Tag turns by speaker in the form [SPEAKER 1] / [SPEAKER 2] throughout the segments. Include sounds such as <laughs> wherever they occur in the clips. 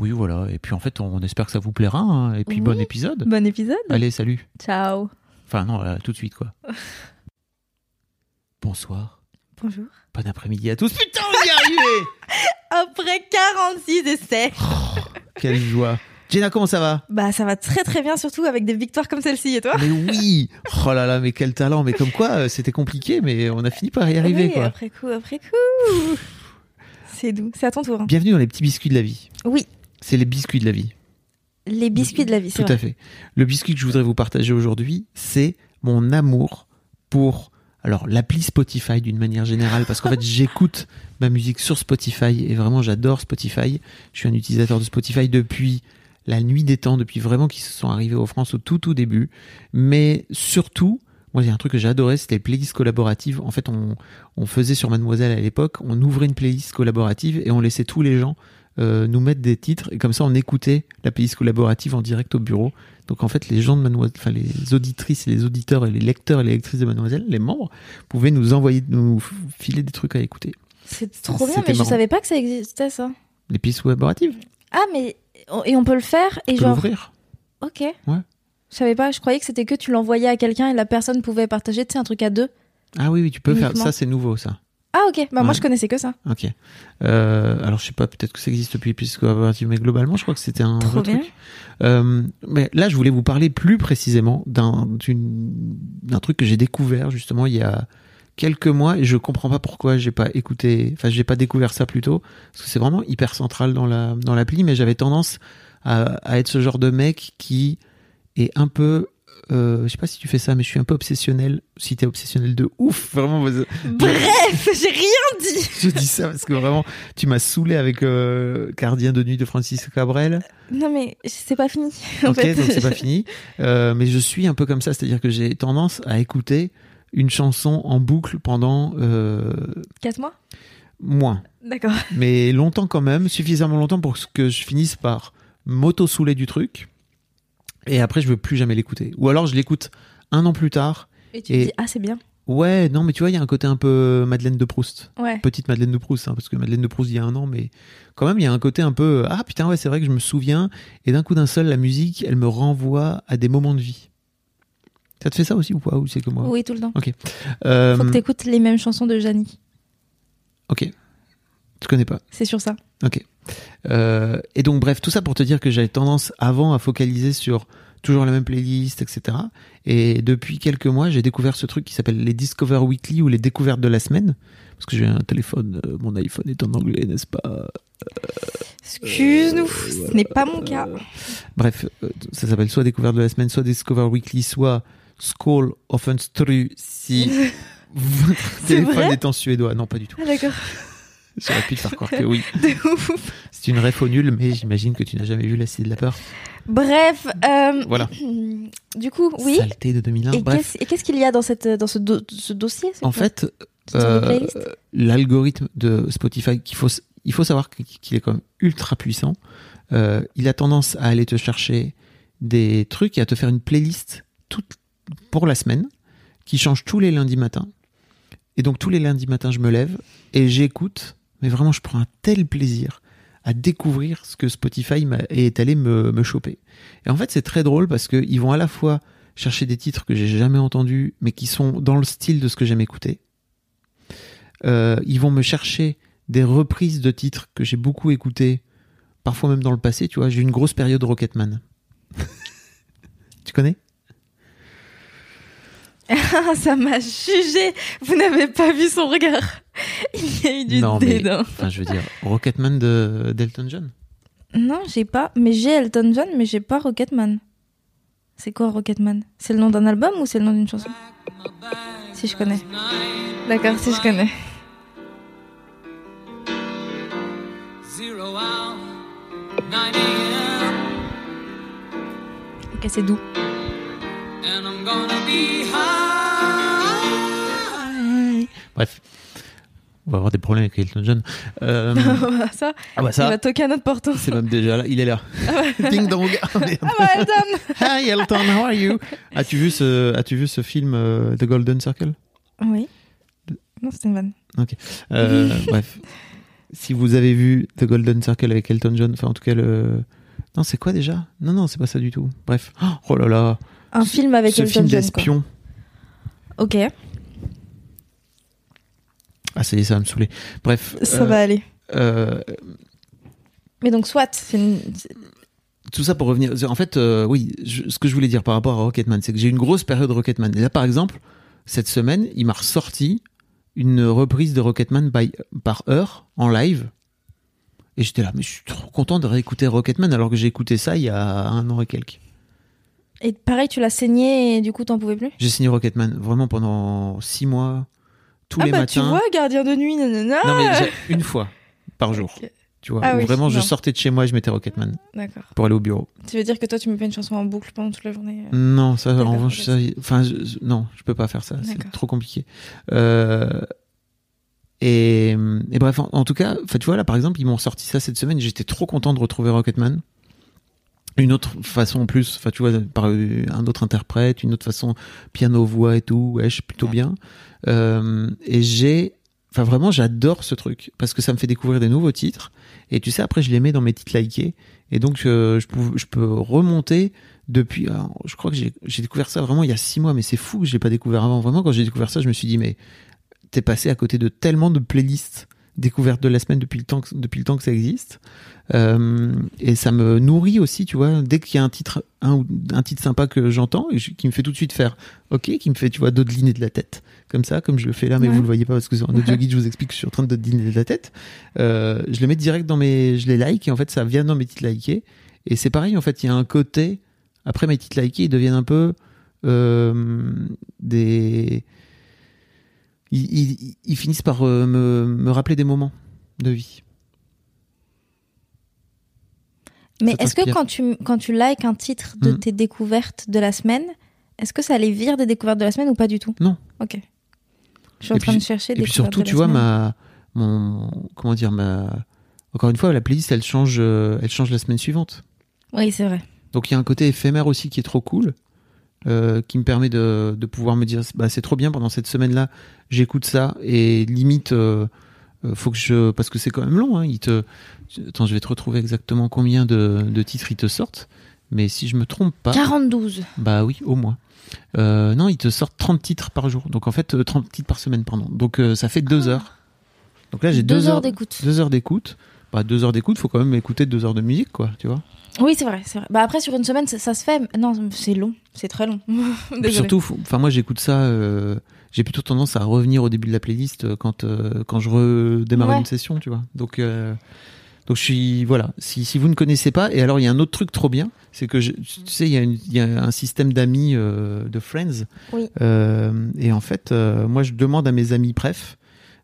[SPEAKER 1] Oui, voilà. Et puis en fait, on espère que ça vous plaira. hein. Et puis
[SPEAKER 2] Oui.
[SPEAKER 1] bon épisode.
[SPEAKER 2] Bon épisode.
[SPEAKER 1] Allez, salut.
[SPEAKER 2] Ciao.
[SPEAKER 1] Enfin non, euh, tout de suite quoi.
[SPEAKER 2] <laughs>
[SPEAKER 1] Bonsoir.
[SPEAKER 2] Bonjour.
[SPEAKER 1] Bon après-midi à tous. Putain, on y est
[SPEAKER 2] <laughs>
[SPEAKER 1] arrivé
[SPEAKER 2] Après 46 essais.
[SPEAKER 1] Oh, Quelle joie. Jenna, comment ça va
[SPEAKER 2] Bah, ça va très très bien, surtout avec des victoires comme celle-ci et toi
[SPEAKER 1] Mais oui Oh là là, mais quel talent Mais comme quoi, euh, c'était compliqué, mais on a fini par y arriver,
[SPEAKER 2] Oui,
[SPEAKER 1] quoi.
[SPEAKER 2] Après coup, après coup. C'est doux. C'est à ton tour. hein.
[SPEAKER 1] Bienvenue dans les petits biscuits de la vie.
[SPEAKER 2] Oui,
[SPEAKER 1] C'est les biscuits de la vie.
[SPEAKER 2] les biscuits de la vie,
[SPEAKER 1] Tout
[SPEAKER 2] c'est vrai.
[SPEAKER 1] à fait. Le biscuit que je voudrais vous partager aujourd'hui, c'est mon amour pour alors l'appli Spotify d'une manière générale parce qu'en
[SPEAKER 2] <laughs>
[SPEAKER 1] fait j'écoute ma musique sur Spotify et vraiment j'adore Spotify. Je suis un utilisateur de Spotify depuis la nuit des temps, depuis vraiment qu'ils se sont arrivés en France au tout tout début. Mais surtout, moi il y a un truc que j'ai adoré, c'était les playlists collaboratives. En fait, on, on faisait sur Mademoiselle à l'époque, on ouvrait une playlist collaborative et on laissait tous les gens euh, nous mettre des titres et comme ça on écoutait la playlist collaborative en direct au bureau. Donc en fait les gens de Mademoiselle, enfin les auditrices et les auditeurs et les lecteurs et les lectrices de Mademoiselle, les membres, pouvaient nous envoyer, nous f- filer des trucs à écouter.
[SPEAKER 2] C'est trop bien,
[SPEAKER 1] C'était
[SPEAKER 2] mais je
[SPEAKER 1] marrant.
[SPEAKER 2] savais pas que ça existait ça.
[SPEAKER 1] Les playlists collaboratives,
[SPEAKER 2] Ah, mais. Et on peut le faire et
[SPEAKER 1] tu peux
[SPEAKER 2] genre.
[SPEAKER 1] l'ouvrir.
[SPEAKER 2] Ok. Je savais pas, je croyais que c'était que tu l'envoyais à quelqu'un et la personne pouvait partager, tu sais, un truc à deux.
[SPEAKER 1] Ah oui, oui, tu peux faire.
[SPEAKER 2] Uniquement.
[SPEAKER 1] Ça c'est nouveau ça.
[SPEAKER 2] Ah ok, bah
[SPEAKER 1] Ouais.
[SPEAKER 2] moi je connaissais que ça.
[SPEAKER 1] <laughs> Ah, Ok. Euh, alors je sais pas, peut-être que ça existe depuis les playlists collaboratives, mais globalement je crois que c'était un
[SPEAKER 2] Trop
[SPEAKER 1] vrai
[SPEAKER 2] bien.
[SPEAKER 1] truc. Euh, mais là, je voulais vous parler plus précisément d'un d'une- d'un truc que j'ai découvert justement il y a quelques mois et je comprends pas pourquoi j'ai pas écouté, enfin j'ai pas découvert ça plus tôt parce que c'est vraiment hyper central dans la dans l'appli, mais j'avais tendance à, à être ce genre de mec qui est un peu euh, je sais pas si tu fais ça, mais je suis un peu obsessionnel. Si t'es obsessionnel de ouf, vraiment, vous-
[SPEAKER 2] Bref, <laughs> j'ai rien dit.
[SPEAKER 1] <laughs> je dis ça parce que vraiment, tu m'as saoulé avec euh, Gardien de nuit de Francis Cabrel.
[SPEAKER 2] Non mais c'est pas fini. <laughs> En
[SPEAKER 1] ok,
[SPEAKER 2] fait.
[SPEAKER 1] donc c'est pas fini. Euh, mais je suis un peu comme ça, c'est-à-dire que j'ai tendance à écouter une chanson en boucle pendant euh,
[SPEAKER 2] Quatre mois
[SPEAKER 1] moins,
[SPEAKER 2] D'accord.
[SPEAKER 1] mais longtemps quand même, suffisamment longtemps pour que je finisse par m'auto-souler du truc. Et après, je veux plus jamais l'écouter. Ou alors, je l'écoute un an plus tard.
[SPEAKER 2] Et tu
[SPEAKER 1] Et-
[SPEAKER 2] te dis ah c'est bien.
[SPEAKER 1] Ouais, non, mais tu vois, il y a un côté un peu Madeleine de Proust.
[SPEAKER 2] Ouais.
[SPEAKER 1] petite Madeleine de Proust, hein, parce que Madeleine de Proust il y a un an, mais quand même il y a un côté un peu euh, ah putain ouais c'est vrai que je me souviens et d'un coup d'un seul la musique elle me renvoie à des moments de vie. Ça te fait ça aussi ou pas ou c'est que moi
[SPEAKER 2] Oui tout le temps.
[SPEAKER 1] Euh,
[SPEAKER 2] Faut que t'écoutes les mêmes chansons de Jani.
[SPEAKER 1] Ok, tu connais pas.
[SPEAKER 2] C'est sur ça.
[SPEAKER 1] Euh, et donc bref tout ça pour te dire que j'avais tendance avant à focaliser sur toujours la même playlist etc. Et depuis quelques mois j'ai découvert ce truc qui s'appelle les Discover Weekly ou les découvertes de la semaine parce que j'ai un téléphone, euh, mon iPhone est en anglais n'est-ce pas Euh,
[SPEAKER 2] Excuse-nous, ce n'est pas mon cas.
[SPEAKER 1] Bref, euh, ça s'appelle soit Découverte de la semaine, soit Discover Weekly, soit School of Unstru si votre
[SPEAKER 2] <laughs> C'est
[SPEAKER 1] téléphone
[SPEAKER 2] vrai
[SPEAKER 1] est en suédois. Non, pas du tout.
[SPEAKER 2] Ah d'accord.
[SPEAKER 1] J'aurais pu te faire croire que oui.
[SPEAKER 2] De ouf.
[SPEAKER 1] C'est une ref au nul, mais j'imagine que tu n'as jamais vu la Cité de la peur.
[SPEAKER 2] Bref. euh,
[SPEAKER 1] Voilà.
[SPEAKER 2] <clears throat> Du coup oui.
[SPEAKER 1] Saleté de 2001.
[SPEAKER 2] Et
[SPEAKER 1] Bref,
[SPEAKER 2] qu'est-ce et qu'est-ce qu'il y a dans cette dans ce, do- ce dossier c'est
[SPEAKER 1] en
[SPEAKER 2] quoi
[SPEAKER 1] fait,
[SPEAKER 2] C'est dans
[SPEAKER 1] euh,
[SPEAKER 2] une playlist
[SPEAKER 1] l'algorithme de Spotify, qu'il faut, il faut savoir qu'il est quand même ultra puissant. Euh, il a tendance à aller te chercher des trucs et à te faire une playlist toute pour la semaine qui change tous les lundis matins. Et donc tous les lundis matins, je me lève et j'écoute. Mais vraiment, je prends un tel plaisir à découvrir ce que Spotify m'a- est allé me, me choper. Et en fait, c'est très drôle parce qu'ils vont à la fois chercher des titres que j'ai jamais entendus, mais qui sont dans le style de ce que j'aime écouter. Euh, ils vont me chercher des reprises de titres que j'ai beaucoup écoutés, parfois même dans le passé, tu vois, j'ai eu une grosse période Rocketman. <laughs> tu connais
[SPEAKER 2] Ah, ça m'a jugé. Vous n'avez pas vu son regard. <laughs> Il y a eu du
[SPEAKER 1] Non, mais-
[SPEAKER 2] dédain.
[SPEAKER 1] Enfin, je veux dire, Rocketman de d'Elton John.
[SPEAKER 2] Non, j'ai pas. Mais j'ai Elton John, mais j'ai pas Rocketman. C'est quoi Rocketman C'est le nom d'un album ou c'est le nom d'une chanson Si je connais. D'accord, si je connais.
[SPEAKER 3] Zero hour, 9 a.m.,
[SPEAKER 2] Ok, c'est <laughs> doux.
[SPEAKER 3] and I'm gonna be high.
[SPEAKER 1] Bref, on va avoir des problèmes avec Elton John. Euh, <laughs>
[SPEAKER 2] ça,
[SPEAKER 1] ah bah
[SPEAKER 2] il
[SPEAKER 1] ça,
[SPEAKER 2] va toquer à notre porte.
[SPEAKER 1] c'est même déjà là. Il est là. <laughs> Ding dong.
[SPEAKER 2] <laughs> Ah bah, Elton
[SPEAKER 1] Hi Elton, how are you As-tu vu ce, as-tu vu ce film euh, The Golden Circle
[SPEAKER 2] Oui. Non, c'était une vanne.
[SPEAKER 1] Euh, <laughs> bref. Si vous avez vu The Golden Circle avec Elton John, enfin en tout cas le. Non, c'est quoi déjà Non, non, c'est pas ça du tout. Bref. Oh là là.
[SPEAKER 2] Un film avec
[SPEAKER 1] ce
[SPEAKER 2] Elton
[SPEAKER 1] film
[SPEAKER 2] John.
[SPEAKER 1] d'espion.
[SPEAKER 2] quoi. Ok,
[SPEAKER 1] Ah, ça y est, ça va me saouler. Bref.
[SPEAKER 2] ça
[SPEAKER 1] euh,
[SPEAKER 2] va aller.
[SPEAKER 1] euh,
[SPEAKER 2] Mais donc, soit, c'est une- c'est-
[SPEAKER 1] tout ça pour revenir. En fait, euh, oui, je- ce que je voulais dire par rapport à Rocketman, c'est que j'ai eu une grosse période Rocketman. Et là, par exemple, cette semaine, il m'a ressorti une reprise de Rocketman by- par heure en live. Et j'étais là, mais je suis trop content de réécouter Rocketman alors que j'ai écouté ça il y a un an et quelques.
[SPEAKER 2] Et pareil, tu l'as saigné et du coup, t'en pouvais plus
[SPEAKER 1] J'ai signé Rocketman vraiment pendant six mois, tous
[SPEAKER 2] Ah
[SPEAKER 1] les
[SPEAKER 2] bah, tu
[SPEAKER 1] matins.
[SPEAKER 2] vois, gardien de nuit, nanana.
[SPEAKER 1] non, mais j'ai- une fois par jour.
[SPEAKER 2] Ok.
[SPEAKER 1] Tu vois,
[SPEAKER 2] Ah
[SPEAKER 1] où
[SPEAKER 2] oui,
[SPEAKER 1] vraiment, je
[SPEAKER 2] non.
[SPEAKER 1] sortais de chez moi et je mettais Rocketman
[SPEAKER 2] D'accord.
[SPEAKER 1] pour aller au bureau.
[SPEAKER 2] Tu veux dire que toi, tu me fais une chanson en boucle pendant toute la journée euh.
[SPEAKER 1] Non, ça, en
[SPEAKER 2] D'accord,
[SPEAKER 1] revanche,
[SPEAKER 2] ok.
[SPEAKER 1] ça, y- enfin, je- je- non, je peux pas faire ça. C'est
[SPEAKER 2] D'accord.
[SPEAKER 1] trop compliqué. Euh, et, et bref, en, en tout cas, enfin, tu vois, là, par exemple, ils m'ont sorti ça cette semaine. J'étais trop content de retrouver Rocketman. Une autre façon en plus, enfin, tu vois, par euh, un autre interprète, une autre façon, piano, voix et tout. Ouais, je suis plutôt bien. Euh, et j'ai, enfin, vraiment, j'adore ce truc parce que ça me fait découvrir des nouveaux titres. Et tu sais, après, je les mets dans mes titres likés. Et donc, euh, je, peux, je peux remonter depuis. alors, je crois que j'ai j'ai découvert ça vraiment il y a six mois, mais c'est fou que je l'ai pas découvert avant. Vraiment, quand j'ai découvert ça, je me suis dit, mais t'es passé à côté de tellement de playlists découvertes de la semaine depuis le temps que, depuis le temps que ça existe. Euh, et ça me nourrit aussi, tu vois. Dès qu'il y a un titre, un, ou- un titre sympa que j'entends, et je- qui me fait tout de suite faire OK, qui me fait, tu vois, dodeliner de la tête. Comme ça, comme je le fais là, mais
[SPEAKER 2] Ouais.
[SPEAKER 1] vous le voyez pas parce que sur un audio guide, je vous explique que je suis en train de dodeliner de la tête. Euh, je les mets direct dans mes. Je les like et en fait, ça vient dans mes titres likés. Et c'est pareil, en fait, il y a un côté. Après, mes titres likés, ils deviennent un peu euh, des. Ils, ils- ils finissent par euh, me, me rappeler des moments de vie.
[SPEAKER 2] Mais
[SPEAKER 1] ça
[SPEAKER 2] est-ce que
[SPEAKER 1] t'inspire.
[SPEAKER 2] quand tu, quand tu likes un titre de
[SPEAKER 1] Hmm.
[SPEAKER 2] tes découvertes de la semaine, est-ce que ça les vire des découvertes de la semaine ou pas du tout
[SPEAKER 1] Non.
[SPEAKER 2] Ok. Je suis en
[SPEAKER 1] Et
[SPEAKER 2] train
[SPEAKER 1] puis-
[SPEAKER 2] de chercher
[SPEAKER 1] Et puis
[SPEAKER 2] découvertes
[SPEAKER 1] surtout,
[SPEAKER 2] de la
[SPEAKER 1] tu vois,
[SPEAKER 2] semaine.
[SPEAKER 1] ma. Mon, comment dire ma... Encore une fois, la playlist, elle change, euh, elle change la semaine suivante.
[SPEAKER 2] Oui, c'est vrai.
[SPEAKER 1] Donc il y a un côté éphémère aussi qui est trop cool, euh, qui me permet de, de pouvoir me dire bah, c'est trop bien pendant cette semaine-là, j'écoute ça et limite euh, euh, faut que je parce que c'est quand même long. Hein, il te attends je vais te retrouver exactement combien de, de titres ils te sortent, mais si je me trompe pas,
[SPEAKER 2] 42.
[SPEAKER 1] bah oui au moins. Euh, non ils te sortent 30 titres par jour, donc en fait euh, 30 titres par semaine pardon. Donc euh, ça fait deux heures. Donc là j'ai deux,
[SPEAKER 2] Deux heures
[SPEAKER 1] heures
[SPEAKER 2] d'écoute.
[SPEAKER 1] deux heures d'écoute. Bah deux heures d'écoute, faut quand même écouter deux heures de musique quoi, tu vois.
[SPEAKER 2] Oui, c'est vrai, c'est vrai. Bah après, sur une semaine, ça, ça se fait. mais- Non, c'est long. C'est très long. <laughs>
[SPEAKER 1] Puis
[SPEAKER 2] Désolée.
[SPEAKER 1] surtout, faut- enfin moi j'écoute ça, euh, j'ai plutôt tendance à revenir au début de la playlist euh, quand euh, quand je redémarre
[SPEAKER 2] Ouais.
[SPEAKER 1] une session, tu vois. Donc euh, donc je suis voilà. Si, si vous ne connaissez pas, et alors il y a un autre truc trop bien, c'est que je- tu sais il y, a une- il y a un système d'amis euh, de friends.
[SPEAKER 2] Oui.
[SPEAKER 1] Euh, et en fait, euh, moi je demande à mes amis pref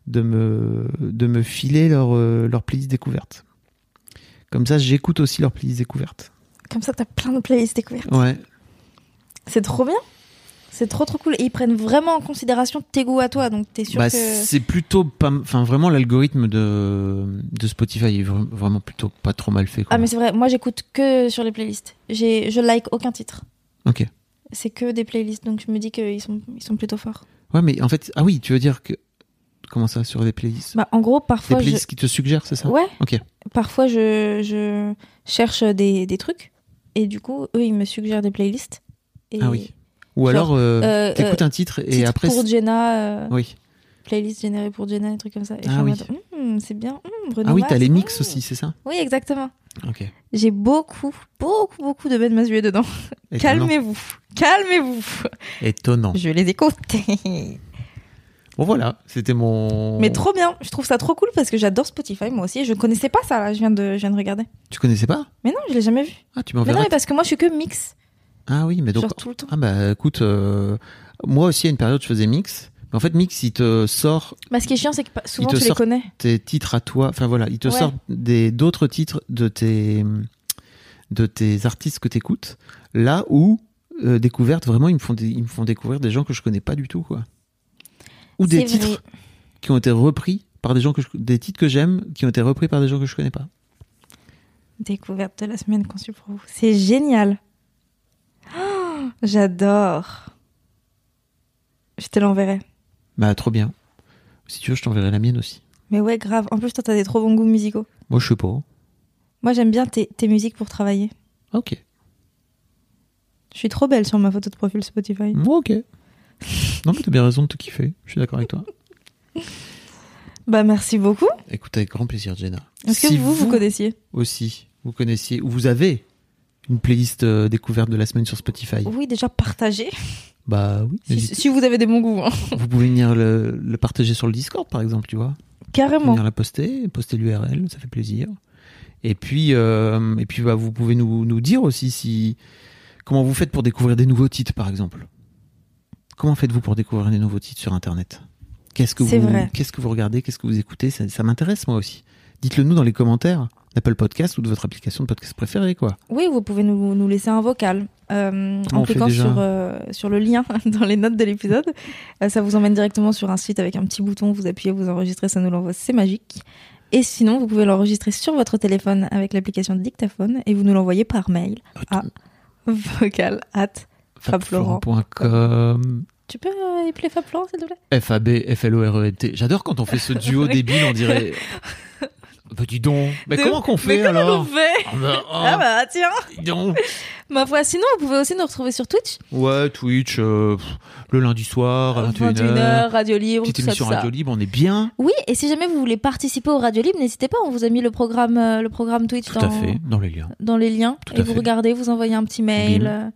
[SPEAKER 1] de me de me filer leur euh, leur playlist découverte. Comme ça, j'écoute aussi leur playlist découverte.
[SPEAKER 2] Comme ça, t'as plein de playlists découvertes.
[SPEAKER 1] Ouais.
[SPEAKER 2] C'est trop bien. C'est trop trop cool. Et ils prennent vraiment en considération tes goûts à toi. Donc t'es sûr
[SPEAKER 1] Bah,
[SPEAKER 2] que.
[SPEAKER 1] C'est plutôt pas. m- Enfin, vraiment, l'algorithme de, de Spotify est vra- vraiment plutôt pas trop mal fait. Quoi.
[SPEAKER 2] Ah, mais c'est vrai, moi j'écoute que sur les playlists. J'ai... Je like aucun titre.
[SPEAKER 1] Ok.
[SPEAKER 2] C'est que des playlists. Donc je me dis qu'ils sont... Ils sont plutôt forts.
[SPEAKER 1] Ouais, mais en fait. Ah oui, tu veux dire que. Comment ça, sur des playlists
[SPEAKER 2] Bah, en gros,
[SPEAKER 1] Des
[SPEAKER 2] parfois. je...
[SPEAKER 1] playlists qui te suggèrent, c'est ça
[SPEAKER 2] Ouais.
[SPEAKER 1] Ok.
[SPEAKER 2] Parfois, je, je cherche des, des trucs. Et du coup, eux, ils me suggèrent des playlists. Et,
[SPEAKER 1] Ah oui. Ou
[SPEAKER 2] Genre,
[SPEAKER 1] alors, euh,
[SPEAKER 2] euh,
[SPEAKER 1] t'écoutes un titre et
[SPEAKER 2] titres
[SPEAKER 1] après.
[SPEAKER 2] Pour Jenna. euh,
[SPEAKER 1] Oui.
[SPEAKER 2] playlist générée pour Jenna, des trucs comme ça. Et je
[SPEAKER 1] Ah
[SPEAKER 2] suis en
[SPEAKER 1] oui.
[SPEAKER 2] mode, Hmm, Hmm, c'est bien. Hmm, Bruno
[SPEAKER 1] Ah oui,
[SPEAKER 2] Mars.
[SPEAKER 1] t'as les mix
[SPEAKER 2] Hmm.
[SPEAKER 1] aussi, c'est ça
[SPEAKER 2] Oui, exactement.
[SPEAKER 1] Ok. Et
[SPEAKER 2] J'ai beaucoup, beaucoup, beaucoup de Ben Mazuet dedans.
[SPEAKER 1] Étonnant.
[SPEAKER 2] Calmez-vous. Calmez-vous.
[SPEAKER 1] Étonnant.
[SPEAKER 2] Je les écoute. <laughs>
[SPEAKER 1] Bon voilà, c'était mon.
[SPEAKER 2] Mais trop bien. Je trouve ça trop cool parce que j'adore Spotify, moi aussi. Je connaissais pas ça, là. Je viens de, je viens de regarder.
[SPEAKER 1] Tu connaissais pas
[SPEAKER 2] Mais non, je l'ai jamais vu.
[SPEAKER 1] Ah, tu
[SPEAKER 2] Mais non,
[SPEAKER 1] m'enverras.
[SPEAKER 2] mais parce que moi, je suis que mix.
[SPEAKER 1] Ah oui, mais donc.
[SPEAKER 2] Genre tout le temps.
[SPEAKER 1] Ah bah écoute, euh, moi aussi à une période je faisais mix. Mais en fait, mix, il te sort
[SPEAKER 2] Bah, ce qui est chiant, c'est que pas- souvent,
[SPEAKER 1] ah. te
[SPEAKER 2] tu les
[SPEAKER 1] sort-
[SPEAKER 2] connais.
[SPEAKER 1] tes titres à toi. Enfin voilà, il te
[SPEAKER 2] Ouais.
[SPEAKER 1] sort des d'autres titres de tes de tes artistes que t'écoutes. Là où euh, découverte, vraiment, ils me font des- ils me font découvrir des gens que je connais pas du tout quoi. Ou des
[SPEAKER 2] C'est
[SPEAKER 1] titres
[SPEAKER 2] vrai.
[SPEAKER 1] qui ont été repris par des gens que je- des titres que j'aime qui ont été repris par des gens que je connais pas.
[SPEAKER 2] Découverte de la semaine conçue pour vous. C'est génial. Oh, J'adore. Je te l'enverrai.
[SPEAKER 1] Bah trop bien. Si tu veux, je t'enverrai la mienne aussi.
[SPEAKER 2] Mais ouais, grave. En plus, toi, t'as des trop bons goûts musicaux.
[SPEAKER 1] Moi, je sais pas. Ah,
[SPEAKER 2] Moi, j'aime bien tes, tes musiques pour travailler.
[SPEAKER 1] Ok.
[SPEAKER 2] Je suis trop belle sur ma photo de profil Spotify.
[SPEAKER 1] Moi, ok. Non, mais t'as bien raison de te kiffer. Je suis d'accord avec toi.
[SPEAKER 2] Bah, merci beaucoup.
[SPEAKER 1] Écoute, avec grand plaisir, Jenna.
[SPEAKER 2] Est-ce que
[SPEAKER 1] Si
[SPEAKER 2] vous, vous connaissiez
[SPEAKER 1] aussi, vous connaissiez, ou vous avez une playlist euh, découverte de la semaine sur Spotify
[SPEAKER 2] Oui, déjà partagez.
[SPEAKER 1] Bah oui.
[SPEAKER 2] Si,
[SPEAKER 1] n'hésite-
[SPEAKER 2] si vous avez des bons goûts. hein.
[SPEAKER 1] Vous pouvez venir le, le partager sur le Discord, par exemple, tu vois.
[SPEAKER 2] Carrément.
[SPEAKER 1] Venir la poster, poster l'URL, ça fait plaisir. Et puis, euh, et puis bah, vous pouvez nous, nous dire aussi si comment vous faites pour découvrir des nouveaux titres, par exemple. Comment faites-vous pour découvrir des nouveaux titres sur Internet Qu'est-ce que
[SPEAKER 2] C'est
[SPEAKER 1] vous
[SPEAKER 2] vrai.
[SPEAKER 1] qu'est-ce que vous regardez, qu'est-ce que vous écoutez Ça, ça m'intéresse moi aussi. Dites-le nous dans les commentaires d'Apple Podcast ou de votre application de podcast préférée, quoi.
[SPEAKER 2] Oui, vous pouvez nous, nous laisser un vocal euh,
[SPEAKER 1] Comment
[SPEAKER 2] en
[SPEAKER 1] on fait
[SPEAKER 2] cliquant
[SPEAKER 1] déjà
[SPEAKER 2] sur, euh, sur le lien <laughs> dans les notes de l'épisode. Euh, ça vous emmène directement sur un site avec un petit bouton, vous appuyez, vous enregistrez, ça nous l'envoie, c'est magique. Et sinon, vous pouvez l'enregistrer sur votre téléphone avec l'application de dictaphone et vous nous l'envoyez par mail à vocal at.
[SPEAKER 1] Fabflorent.com
[SPEAKER 2] Tu peux euh, appeler Fab Florent, s'il te plaît
[SPEAKER 1] F A B F L O R E N T. J'adore quand on fait ce
[SPEAKER 2] <laughs>
[SPEAKER 1] duo débile, on dirait. Bah dis donc. Mais
[SPEAKER 2] De
[SPEAKER 1] comment
[SPEAKER 2] ouf.
[SPEAKER 1] qu'on fait
[SPEAKER 2] Mais comment
[SPEAKER 1] alors
[SPEAKER 2] on fait
[SPEAKER 1] Ah bah, oh,
[SPEAKER 2] Ah bah tiens
[SPEAKER 1] dis donc.
[SPEAKER 2] Ma foi, sinon, vous pouvez aussi nous retrouver sur Twitch.
[SPEAKER 1] Ouais, Twitch, euh, pff, le lundi soir, à 21h.
[SPEAKER 2] 21h, Radio Libre,
[SPEAKER 1] Petite
[SPEAKER 2] tout ça,
[SPEAKER 1] émission
[SPEAKER 2] tout ça.
[SPEAKER 1] radio libre, on est bien.
[SPEAKER 2] Oui, et si jamais vous voulez participer au Radio Libre, n'hésitez pas, on vous a mis le programme, euh, le programme Twitch
[SPEAKER 1] Tout
[SPEAKER 2] dans,
[SPEAKER 1] à fait, dans les liens.
[SPEAKER 2] dans les liens.
[SPEAKER 1] Tout
[SPEAKER 2] et
[SPEAKER 1] à
[SPEAKER 2] vous
[SPEAKER 1] fait.
[SPEAKER 2] regardez, vous envoyez un petit mail.
[SPEAKER 1] Bim.
[SPEAKER 2] euh,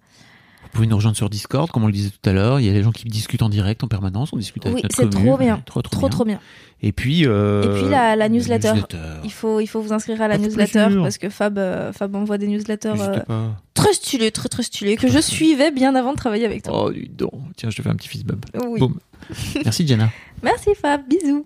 [SPEAKER 1] Vous pouvez nous rejoindre sur Discord, comme on le disait tout à l'heure. Il y a des gens qui discutent en direct, en permanence. On discute avec
[SPEAKER 2] Oui,
[SPEAKER 1] notre
[SPEAKER 2] c'est
[SPEAKER 1] commune.
[SPEAKER 2] trop bien.
[SPEAKER 1] Trop, trop,
[SPEAKER 2] Trop,
[SPEAKER 1] bien.
[SPEAKER 2] trop bien.
[SPEAKER 1] Et puis. euh,
[SPEAKER 2] Et puis la- la newsletter.
[SPEAKER 1] newsletter.
[SPEAKER 2] Il faut, il faut vous inscrire à la
[SPEAKER 1] Pas de
[SPEAKER 2] newsletter
[SPEAKER 1] plus, hein.
[SPEAKER 2] parce que Fab, euh, Fab envoie des newsletters
[SPEAKER 1] N'hésitez
[SPEAKER 2] euh,
[SPEAKER 1] pas.
[SPEAKER 2] très stylés, très très stylés, que
[SPEAKER 1] Tout à
[SPEAKER 2] je
[SPEAKER 1] fait.
[SPEAKER 2] suivais bien avant de travailler avec toi.
[SPEAKER 1] Oh, dis donc. Tiens, je te fais un petit fist bump.
[SPEAKER 2] Oui.
[SPEAKER 1] Boum. Merci, Jenna.
[SPEAKER 2] Merci Fab, bisous.